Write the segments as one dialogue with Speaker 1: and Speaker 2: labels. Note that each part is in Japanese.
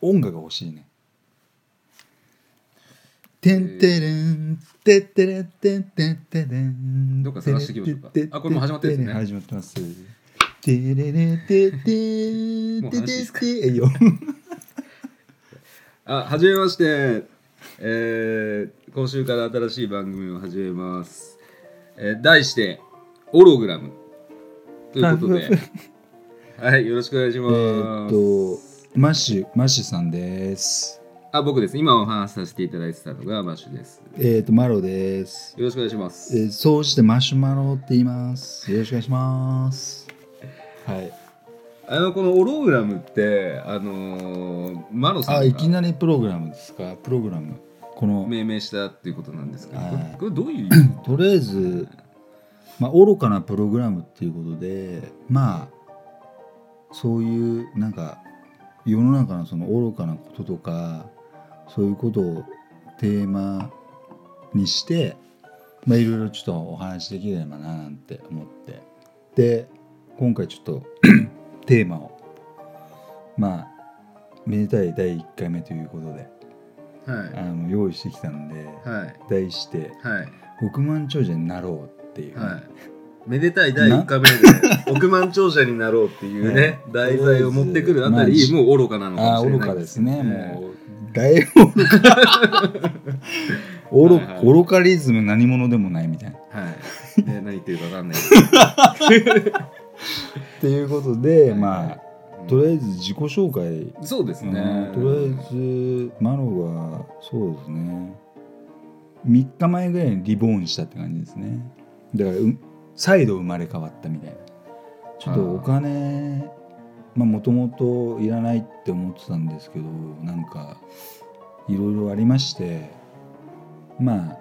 Speaker 1: 音楽が欲しいね「てんてれんてってれってんてってれん」
Speaker 2: どっか探していきましょうかあこれもう始まってるんですね
Speaker 1: 始まってます「てれれてて
Speaker 2: もう
Speaker 1: てて
Speaker 2: 話いいですか
Speaker 1: て」えいよ
Speaker 2: あ、はじめまして。えー今週から新しい番組を始めます。えー題して、オログラム。ということで。はい、よろしくお願いし
Speaker 1: え
Speaker 2: ます。
Speaker 1: ーっとマッシュマッシュさんです
Speaker 2: あ、僕です。今お話しさせていただいてたのがマッシュです。
Speaker 1: えーっとマロです
Speaker 2: よろしくお願いしま
Speaker 1: え
Speaker 2: す。
Speaker 1: ー、そうしてマシュマロって言いますよろしくお願いしますはい
Speaker 2: あの、このオログラムって、あのーマロさん
Speaker 1: あ
Speaker 2: が
Speaker 1: いきなりプログラムですかプログラムこの
Speaker 2: 命名したっていうことなんですけど、
Speaker 1: はい
Speaker 2: これこれどういう 意味
Speaker 1: とりあえず、まあ、愚かなプログラムっていうことでまあそういうなんか世の中のその愚かなこととかそういうことをテーマにして、まあ、いろいろちょっとお話しできればななんて思ってで今回ちょっと テーマをまあめでたい第1回目ということであ
Speaker 2: は
Speaker 1: の用意してきたので
Speaker 2: い。はい。
Speaker 1: 題して
Speaker 2: はい。
Speaker 1: 億万長者になろうっていう、
Speaker 2: はい。めでたい第1回目で億万長者になろうっていうね
Speaker 1: ね
Speaker 2: 題材を持ってくるあた
Speaker 1: まあ
Speaker 2: り
Speaker 1: じ
Speaker 2: もう愚かなの
Speaker 1: あ
Speaker 2: か
Speaker 1: あ
Speaker 2: もしれ
Speaker 1: 愚
Speaker 2: ない
Speaker 1: かですね、
Speaker 2: う
Speaker 1: もうだいぶ愚か愚
Speaker 2: はいは い
Speaker 1: 愚かリズム何者でもないみたいな。っ
Speaker 2: はい、 ね、何言ってるか分かんない
Speaker 1: ていうことで、
Speaker 2: はい
Speaker 1: まあとりあえず自己紹介、
Speaker 2: うんそうです
Speaker 1: う
Speaker 2: ね
Speaker 1: んとりあえずマロはそうですね3日前ぐらいにリボーンしたって感じですねだからう再度生まれ変わったみたいなちょっ
Speaker 2: あ
Speaker 1: と
Speaker 2: ー
Speaker 1: お金まあもともといらないって思ってたんですけどなんかいろいろありましてまあ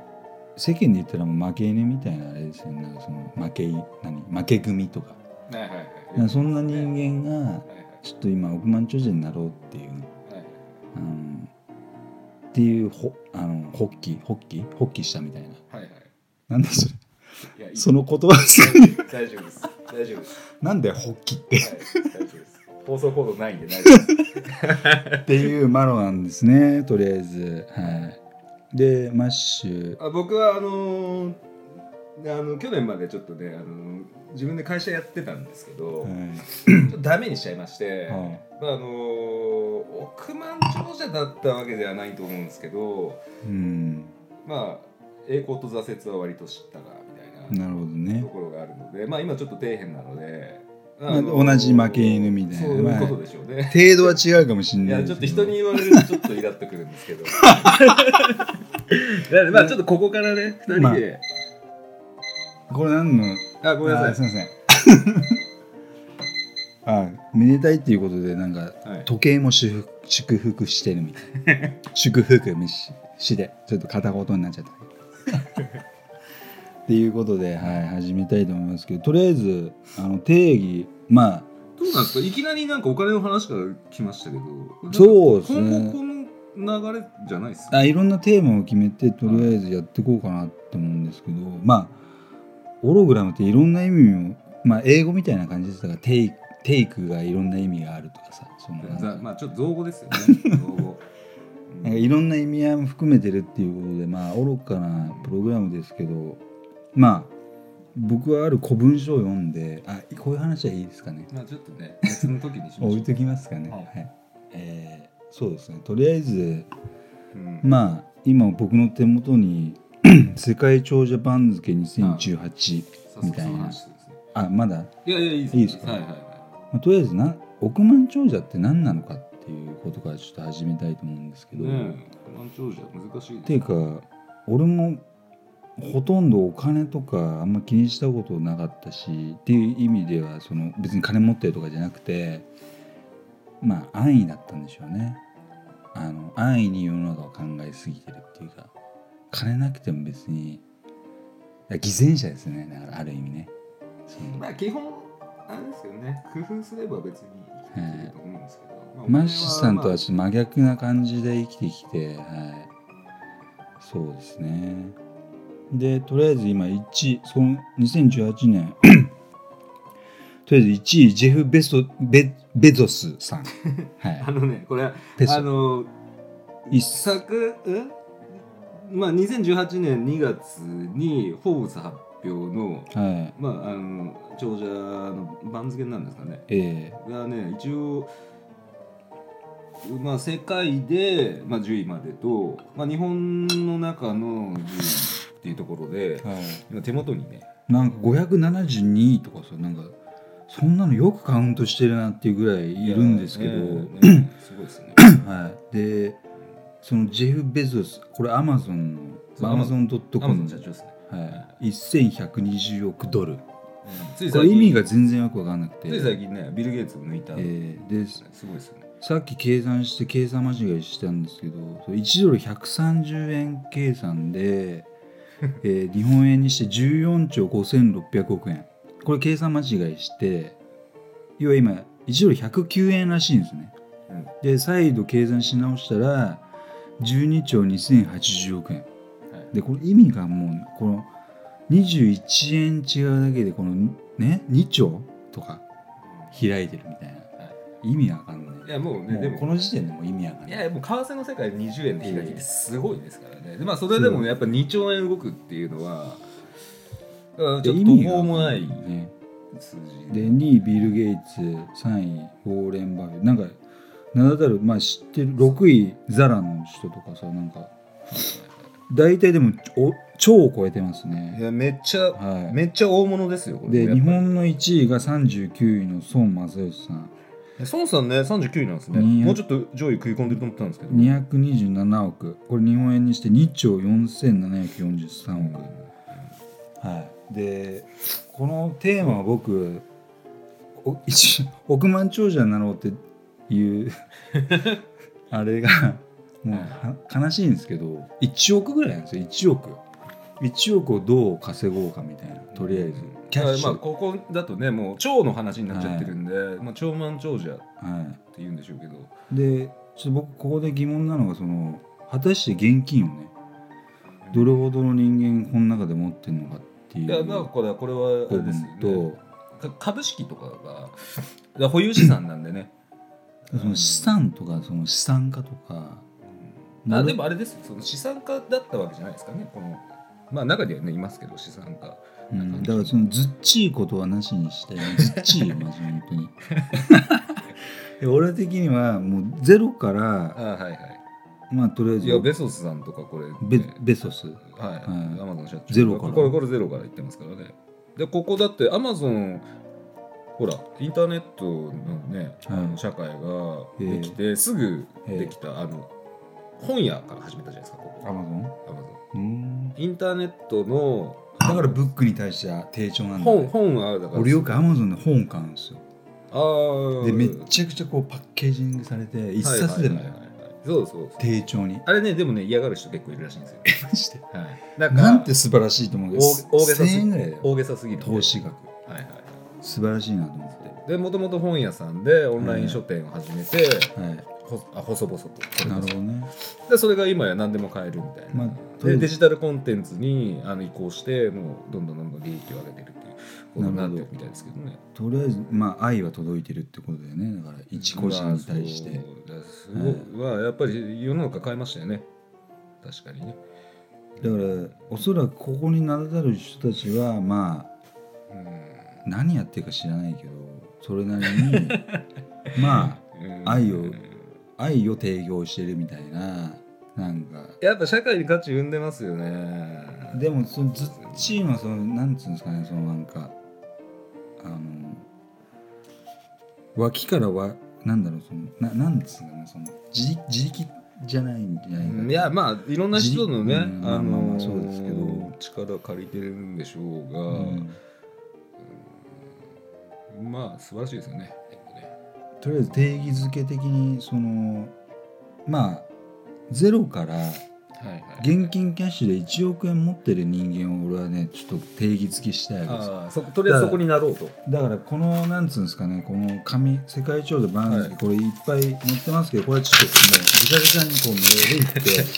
Speaker 1: 世間で言ったらもう負け犬みたいなあれですよねなんかその負けい何負け組とか
Speaker 2: はいはいはい
Speaker 1: なんかそんな人間が
Speaker 2: はいはい
Speaker 1: ちょっと今億万長者になろうっていうね
Speaker 2: はい
Speaker 1: あのっていうほあのホッキホッキホッキしたみたいな
Speaker 2: はいはい
Speaker 1: なんだそれ
Speaker 2: いやいい
Speaker 1: その言葉
Speaker 2: 大丈夫です大丈夫です
Speaker 1: なんだよホッキって
Speaker 2: はい大丈夫です放送コードないんで大丈夫です
Speaker 1: っていうマロなんですねとりあえずはいでマッシュ
Speaker 2: あ僕はあのーあの去年までちょっとね、あのー自分で会社やってたんですけど、
Speaker 1: はい
Speaker 2: ちょっとダメにしちゃいまして、
Speaker 1: はい
Speaker 2: まああのー億万長者だったわけではないと思うんですけど
Speaker 1: うん
Speaker 2: まあ栄光と挫折は割と知ったかみたい
Speaker 1: なるほど
Speaker 2: なと
Speaker 1: ね
Speaker 2: ころがあるので、まあ今ちょっと底辺なので、
Speaker 1: まあ同じ負け犬みたいな
Speaker 2: そういうことでしょうね、
Speaker 1: 程度は違うかもしれ
Speaker 2: い
Speaker 1: ない
Speaker 2: やちょ
Speaker 1: で
Speaker 2: っ
Speaker 1: す
Speaker 2: と
Speaker 1: けど
Speaker 2: 人に言われるとちょっとイラっとくるんで すけどなのでまあちょっとここからね2人で、
Speaker 1: これ何の
Speaker 2: あごめんな
Speaker 1: あす
Speaker 2: さ
Speaker 1: いません あめでたいっていうことでなんか
Speaker 2: い、はい、
Speaker 1: 時計も祝福祝福してるみたいな祝福みししてちょっと片言になっちゃった っていうことで、はい、始めたいと思いますけどとりあえずあの定義まあ
Speaker 2: どうなんですかいきなりなんかお金の話から来ましたけど
Speaker 1: そうですね
Speaker 2: 今後この流れじゃないですか
Speaker 1: あいろんなテーマを決めてとりあえずやっていこうかなって思うんですけど、まあオログラムっていろんな意味を、まあ、英語みたいな感じですからテイテイクがいろんな意味があるとかさその
Speaker 2: ざまあちょっと造語ですよ ね。造語。うん
Speaker 1: なんかいろんな意味合いも含めてるっていうことでまあ愚かなプログラムですけどまあ僕はある古文書を読んであこういう話はいいですかね
Speaker 2: まあちょっとね、別の時にしましょ。
Speaker 1: 置いうときますかね、
Speaker 2: はい
Speaker 1: はいえーそうですねとりあえず
Speaker 2: うん
Speaker 1: まあ今僕の手元に 世界長者番付2018
Speaker 2: 早速その話ですね。
Speaker 1: あまだ、
Speaker 2: いやいやいいです。
Speaker 1: いいですか
Speaker 2: はいはいは
Speaker 1: まあとりあえずな億万長者って何なのかっていうことからちょっと始めたいと思うんですけ
Speaker 2: い。
Speaker 1: ど、
Speaker 2: ねえ、満長者難しい
Speaker 1: っ
Speaker 2: ね。
Speaker 1: ていうか俺もほとんどお金とかあんま気にしたことなかったしっていう意味ではその別に金持ってるとかじゃなくてまあ安易だったんでしょうねあの安易に世の中を考えすぎてるっていうか金なくても別にいや偽善者ですねだからある意味ねその
Speaker 2: まあ基本あれですよね。工夫すれば別に生きていけると思うんですけど。まあ
Speaker 1: マッシュさんとは
Speaker 2: ま
Speaker 1: ちょっと真逆な感じで生きてきて、はい、そうですねでとりあえず今1その2018年と とりあえず1位ジェフ・ベソベベゾスさ ん、はい
Speaker 2: あ、のねこれあ
Speaker 1: ペソ
Speaker 2: の
Speaker 1: 一冊
Speaker 2: 昨えまあ2018年2月に「フォーブス」発表の
Speaker 1: はい
Speaker 2: まああの長者の番付なんですかね
Speaker 1: え
Speaker 2: がね一応まあ世界で、まあ、10位までと、まあ、日本の中の10位っていうところで
Speaker 1: えはい、
Speaker 2: 今手元にね
Speaker 1: なんか572位とかさなんかそんなのよくカウントしてるなっていうぐらいいるんですけど、
Speaker 2: ええねすごい ですね
Speaker 1: はい、でそのジェフ・ベゾスこれアマゾンの
Speaker 2: そう
Speaker 1: アマゾン .com
Speaker 2: アマゾン社長ですね、
Speaker 1: はい、1120億ドル
Speaker 2: うんつい
Speaker 1: こ
Speaker 2: 最
Speaker 1: れ
Speaker 2: 近
Speaker 1: 意味が全然よく分かんなくて
Speaker 2: つい最近ねビル・ゲイツを抜いた、
Speaker 1: えーです
Speaker 2: ごいですよね
Speaker 1: さっき計算して計算間違いしたんですけどそう1ドル130円計算 で、えー日本円にして14兆5600億円これ計算間違いして要は今1ドル109円らしいんですね、
Speaker 2: うん
Speaker 1: で再度計算し直したら12兆2080億円、
Speaker 2: はい
Speaker 1: でこの意味がもうこの21円違うだけでこのね2兆とか開いてるみたいな、
Speaker 2: は
Speaker 1: 意味わかんない
Speaker 2: いやもうね
Speaker 1: もう
Speaker 2: でも
Speaker 1: この時点でもう意味わかん
Speaker 2: い
Speaker 1: ない
Speaker 2: やもう為替の世界で20円で開きっ
Speaker 1: ええ
Speaker 2: てすごいですからね、でまあそれでもねやっぱ2兆円動くっていうのはうんちょっと途方もない
Speaker 1: ね
Speaker 2: 数字
Speaker 1: で2位ビル・ゲイツ3位ウォーレン・バフェットなんか名だたるまあ知ってる6位ザラの人とかさなんか大体でもお超を超えてます
Speaker 2: い
Speaker 1: ね
Speaker 2: やめっちゃ
Speaker 1: は
Speaker 2: めっちゃ大物ですよこ
Speaker 1: い
Speaker 2: れ
Speaker 1: で
Speaker 2: やっ
Speaker 1: 日
Speaker 2: ぱ
Speaker 1: 本の1位が39位の孫正義さん
Speaker 2: 孫さんね39位なんですね
Speaker 1: うん
Speaker 2: もうちょっと上位食い込んでると思ったんですけど
Speaker 1: 227億これ日本円にして2兆4743億、はい、でこのテーマは僕お一億万長者になろうっていう あれがもうは悲しいんですけど1億ぐらいなんですよ1億1億をどう稼ごうかみたいなとりあえずキャッシ
Speaker 2: まあ
Speaker 1: ュ、
Speaker 2: ここだとねもう腸の話になっちゃってるんで、まあ、超満長者っ
Speaker 1: は
Speaker 2: て言うんでしょうけど
Speaker 1: い、でちょっと僕ここで疑問なのがその果たして現金をねどれほどの人間がこの中で持ってるのかっていう
Speaker 2: いやなんかこれはこれはあ
Speaker 1: 部
Speaker 2: れです
Speaker 1: 分
Speaker 2: よね
Speaker 1: と
Speaker 2: か株式とかがだから保有資産なんでね
Speaker 1: その資産とかその資産家とか
Speaker 2: あでもあれですよその資産家だったわけじゃないですかねこのまあ中にはねいますけど資産家
Speaker 1: うん、だからそのずっちいことはなしに してずっちいよマジ本当に で俺的にはもうゼロから
Speaker 2: あはいはい
Speaker 1: まあとりあえず
Speaker 2: いやベソスさんとかこれ、
Speaker 1: ベベソス
Speaker 2: はい、
Speaker 1: はい
Speaker 2: アマゾン社長
Speaker 1: ゼロから
Speaker 2: これこれゼロから言ってますからねでここだってアマゾンほらインターネットのね、あの社会ができてすぐできた、あの本屋から始めたじゃないですかこ
Speaker 1: ア
Speaker 2: こ
Speaker 1: マゾ
Speaker 2: アマゾン
Speaker 1: ンうん
Speaker 2: インターネットの
Speaker 1: だからブックに対しては低調なんだ
Speaker 2: 本本はだから
Speaker 1: 俺よくアマゾンで本買うんですよ
Speaker 2: ああ
Speaker 1: でめっちゃくちゃこうパッケージングされて一冊でも
Speaker 2: はいはいはいはいそうそうそう
Speaker 1: 低調に
Speaker 2: あれねでもね嫌がる人結構いるらしいんですよ、
Speaker 1: マジで
Speaker 2: はい、だか ら
Speaker 1: なんて素晴らしいと思うけど
Speaker 2: 大大げさ
Speaker 1: 1000
Speaker 2: すぎ
Speaker 1: 円ぐらいだよ
Speaker 2: 大げさすぎるんで
Speaker 1: 投資額
Speaker 2: はいはいは
Speaker 1: 素晴らしいなと思って
Speaker 2: いでもともと本屋さんでオンライン書店を始めて、
Speaker 1: はい
Speaker 2: ほあ細々と
Speaker 1: なるほどね
Speaker 2: でそれが今や何でも買えるみたい
Speaker 1: ま
Speaker 2: な、
Speaker 1: あとりあえ
Speaker 2: で
Speaker 1: ず
Speaker 2: デジタルコンテンツにあの移行してもうどんどんどんどん利益を上げてるっていうことになってるみたいですけどね
Speaker 1: とりあえずまあ愛は届いてるってことだよねだから一個人に対して、
Speaker 2: まあそうすごいまあやっぱり世の中変えましたよね確かにね、
Speaker 1: だからおそらくここに名だたる人たちはまあ何やってるか知らないけどそれなりに ま
Speaker 2: うん
Speaker 1: 愛をあ愛を提供してるみたいななんか
Speaker 2: やっぱ社会に価値生んでますよね
Speaker 1: でもそのずっちーのそのなんつうんですかねそのなんかあの脇からわなんだろうそのななんつうんだろうその自力自力じゃないんじゃないか
Speaker 2: うんいやまあいろんな人のね、
Speaker 1: うん
Speaker 2: あ
Speaker 1: まあまあま
Speaker 2: の
Speaker 1: あそうですけど
Speaker 2: 力借りてるんでしょうが、
Speaker 1: うん
Speaker 2: まあ素晴らしいですよねやっぱね
Speaker 1: とりあえず定義づけ的にそのまあゼロから
Speaker 2: はいはい
Speaker 1: 現金キャッシュで1億円持ってる人間を俺はねちょっと定義づけしたいわけですよ
Speaker 2: ああそことりあえずそこになろうと
Speaker 1: だからこのなんつうんですかねこの紙世界長者番付、
Speaker 2: はい
Speaker 1: これいっぱい載ってますけどこれはちょっともうぐちゃぐちゃにこう並べていって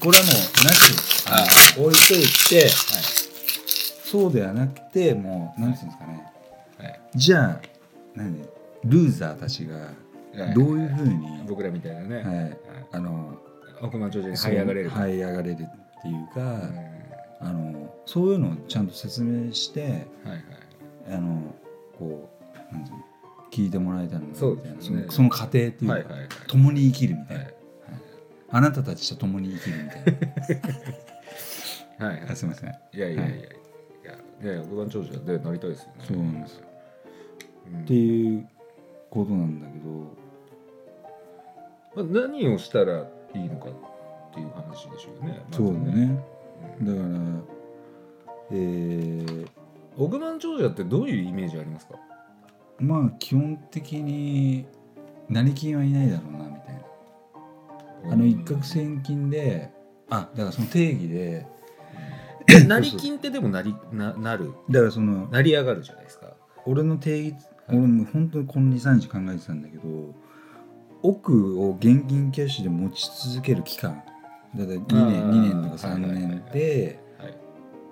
Speaker 1: これはもうなし
Speaker 2: あ
Speaker 1: 置いといてそうではなくてもうなんつうんですかね
Speaker 2: はい
Speaker 1: じゃあ何ルーザーたちが
Speaker 2: はい
Speaker 1: どういうふうに、
Speaker 2: 僕らみたいなね、
Speaker 1: はい
Speaker 2: はい
Speaker 1: あの
Speaker 2: 億万長者に這い上がれる
Speaker 1: そう這い上がれるっていうか、
Speaker 2: うん
Speaker 1: あのそういうのをちゃんと説明して
Speaker 2: はいはい
Speaker 1: あのこうなんていうの聞いてもらえたらなみたい
Speaker 2: そう
Speaker 1: な
Speaker 2: ですね
Speaker 1: そのその過程っていうか、
Speaker 2: はいはいはい
Speaker 1: 共に生きるみたいな、
Speaker 2: はい
Speaker 1: あなたたちと共に生きるみた い
Speaker 2: はいは
Speaker 1: なあすいません
Speaker 2: いいやいやいやいやいや億万長者でなりたいですよね
Speaker 1: そうなんです
Speaker 2: うん
Speaker 1: っていうことなんだけど
Speaker 2: まあ、何をしたらいいのかっていう話でしょうね。ま
Speaker 1: そ
Speaker 2: ず
Speaker 1: うだね
Speaker 2: う
Speaker 1: だ
Speaker 2: ん
Speaker 1: からえー
Speaker 2: 億万長者ってどういうイメージありますか
Speaker 1: まあ基本的に成金はいないだろうなみたいなあの一攫千金であだからその定義で
Speaker 2: うん成金ってでもなりななる
Speaker 1: だからその
Speaker 2: 成り上がるじゃないですか。
Speaker 1: 俺の定義俺も本当にこの23日考えてたんだけど億を現金キャッシュで持ち続ける期間だって2
Speaker 2: あ
Speaker 1: 年
Speaker 2: ー
Speaker 1: 2年とか3
Speaker 2: はいはいはい
Speaker 1: 年
Speaker 2: はい
Speaker 1: で
Speaker 2: はい、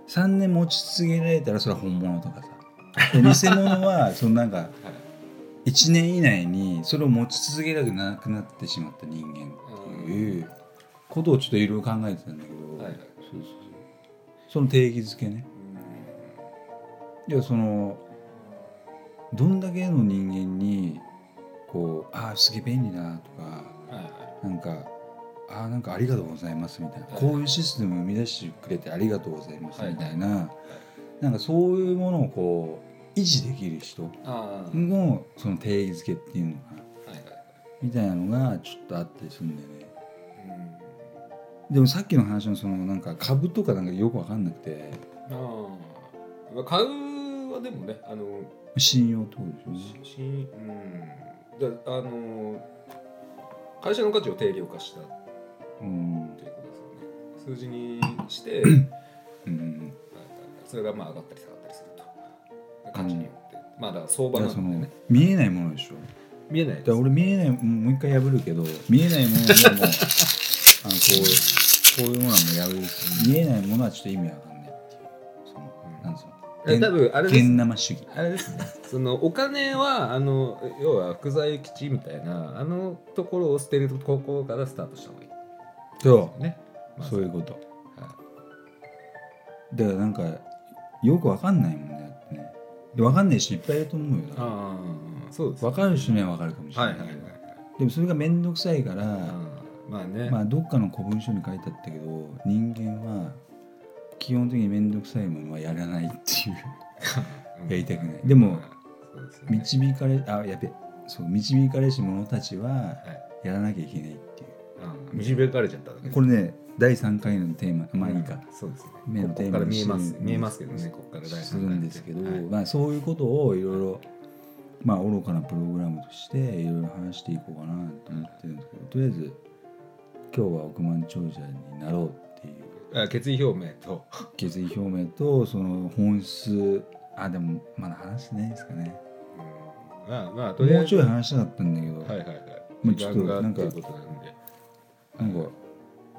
Speaker 1: 3年持ち続けられたらそれは本物とかさで偽物はそのなんか1年以内にそれを持ち続けなくなくなってしまった人間っていうことをちょっといろいろ考えてたんだけど、
Speaker 2: はいはい
Speaker 1: そうそうそうその定義づけねいやそのどんだけの人間にこう「ああすげえ便利だ」とか
Speaker 2: はいはい
Speaker 1: なんか「ああなんかありがとうございます」みたいな、こういうシステムを生み出してくれてありがとうございます
Speaker 2: はい
Speaker 1: みたいな、なんかそういうものをこう維持できる人
Speaker 2: あー
Speaker 1: のその定義づけっていうのかな
Speaker 2: はいはい
Speaker 1: みたいなのがちょっとあったりするんだよね。
Speaker 2: うん
Speaker 1: でもさっきの話のそのなんか株とかなんかよくわかんなくて
Speaker 2: あー買うはでもねあの
Speaker 1: 信用ってことでし
Speaker 2: ししうんだあの会社の価値を定量化した
Speaker 1: ょ、うん
Speaker 2: ということですよね数字にして
Speaker 1: うん、
Speaker 2: それがまあ上がったり下がったりすると価値によって、まあだから相
Speaker 1: だ
Speaker 2: 場
Speaker 1: か
Speaker 2: な
Speaker 1: らそ
Speaker 2: んで
Speaker 1: の
Speaker 2: ね
Speaker 1: 見えないものでしょ
Speaker 2: 見えない
Speaker 1: だから俺見えないうんもう一回破るけど見えないもの はもうあのこうこういうものはもう破るし見えないものはちょっと意味わかんないっていうそのなんです
Speaker 2: え多
Speaker 1: か
Speaker 2: 分あれ
Speaker 1: 現
Speaker 2: です
Speaker 1: 生主義
Speaker 2: あれですねそのお金はあの要は福沢諭吉みたいなあのところを捨てるとここからスタートした方がいい
Speaker 1: そ
Speaker 2: ね、
Speaker 1: う
Speaker 2: まあ
Speaker 1: そういうこと
Speaker 2: はい
Speaker 1: だからなんかよくわかんないもんねだってねでわかんない人いっぱいいると思うよだから
Speaker 2: ああそうですね
Speaker 1: わかる人にはわかるかもしれ
Speaker 2: は
Speaker 1: ないい
Speaker 2: はいはいはい
Speaker 1: でもそれが面倒くさいから、
Speaker 2: うんまあね、
Speaker 1: まあどっかの古文書に書いてあったけど人間は基本的に面倒くさいものはやらないっていう
Speaker 2: うん
Speaker 1: やりたくないでも
Speaker 2: そうですよね
Speaker 1: 導かれあやべそう導かれし者たちは
Speaker 2: はい
Speaker 1: やらなきゃいけないっていう
Speaker 2: うん導かれちゃっただけ
Speaker 1: これね第3回のテーマまあいいか、
Speaker 2: そうですね
Speaker 1: 目の
Speaker 2: こ
Speaker 1: テ
Speaker 2: こ
Speaker 1: ー
Speaker 2: か
Speaker 1: マに
Speaker 2: ら見え
Speaker 1: し
Speaker 2: ます見えますけどねここから第
Speaker 1: す
Speaker 2: 三
Speaker 1: る
Speaker 2: 回
Speaker 1: んですけど、
Speaker 2: はい
Speaker 1: まあ、そういうことをいろいろまあ愚かなプログラムとしていろいろ話していこうかなと思ってるんですけどとりあえず今日は億万長者になろうっていう
Speaker 2: あ決意表明と
Speaker 1: 決意表明とその本質あでもまだ話してないですかね
Speaker 2: うんまあまあとりあ
Speaker 1: も
Speaker 2: え
Speaker 1: う
Speaker 2: ず
Speaker 1: ちょい話したかったんだけど、
Speaker 2: はいはいはい
Speaker 1: もうちょっと
Speaker 2: 時間が
Speaker 1: なんか
Speaker 2: ていうことなんで
Speaker 1: なんか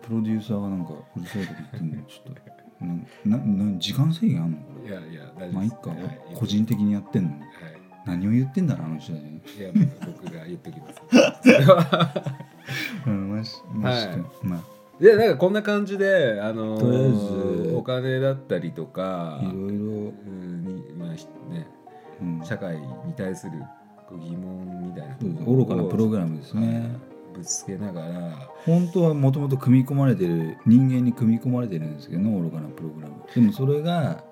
Speaker 1: プロデューサーがなんかうるさいこと言ってんの ちょっとななな時間制限あんのこ
Speaker 2: いやいや大
Speaker 1: れ
Speaker 2: 丈
Speaker 1: ま
Speaker 2: 夫
Speaker 1: あ
Speaker 2: で
Speaker 1: い
Speaker 2: す
Speaker 1: っか、
Speaker 2: はい
Speaker 1: 個人的にやってんのに
Speaker 2: は
Speaker 1: 何を言ってんだろうあの人だね
Speaker 2: いいやまあ僕が言っときますそれは
Speaker 1: うんましましま
Speaker 2: でなんかこんな感じであのー
Speaker 1: とりあえず
Speaker 2: お金だったりとか
Speaker 1: あいろいろ、
Speaker 2: うんにまあひね
Speaker 1: うん、
Speaker 2: 社会に対するこう疑問みたいな
Speaker 1: そうです愚かなプログラムですね
Speaker 2: ぶつけながら
Speaker 1: 本当はもともと組み込まれてる人間に組み込まれてるんですけど愚かなプログラムでもそれが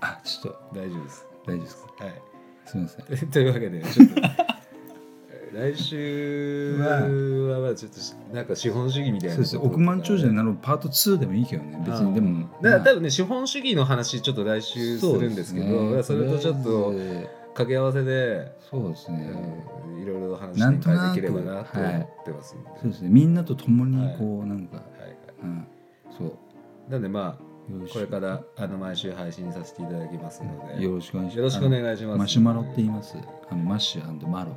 Speaker 1: あちょっ
Speaker 2: 大丈夫です
Speaker 1: と大丈夫ですか
Speaker 2: はい
Speaker 1: すみません
Speaker 2: とというわけでちょっと えー来週はまあちょっとしなんか資本主義みたいな
Speaker 1: そうですね億万長者になるパート2でもいいけどね別にでも
Speaker 2: だから
Speaker 1: まあ
Speaker 2: 多分ね資本主義の話ちょっと来週するんですけど
Speaker 1: そうです
Speaker 2: そ
Speaker 1: ね
Speaker 2: れとちょっと
Speaker 1: りあえず
Speaker 2: 掛け合わせで、
Speaker 1: そうです
Speaker 2: う
Speaker 1: ね、
Speaker 2: ん、いろいろ話
Speaker 1: な
Speaker 2: 展
Speaker 1: んとな
Speaker 2: 開
Speaker 1: く
Speaker 2: できればなと思ってますんで
Speaker 1: そうですねみんなと共にこう、なんか、
Speaker 2: はいはい
Speaker 1: うん、そうよ
Speaker 2: なんでま
Speaker 1: ろ
Speaker 2: あ
Speaker 1: しく
Speaker 2: これからあの毎週配信させていただきますので
Speaker 1: よろしくお願いします
Speaker 2: よろしくお願いしま
Speaker 1: あの
Speaker 2: す
Speaker 1: マシュマロって言いますあのマッシュマロは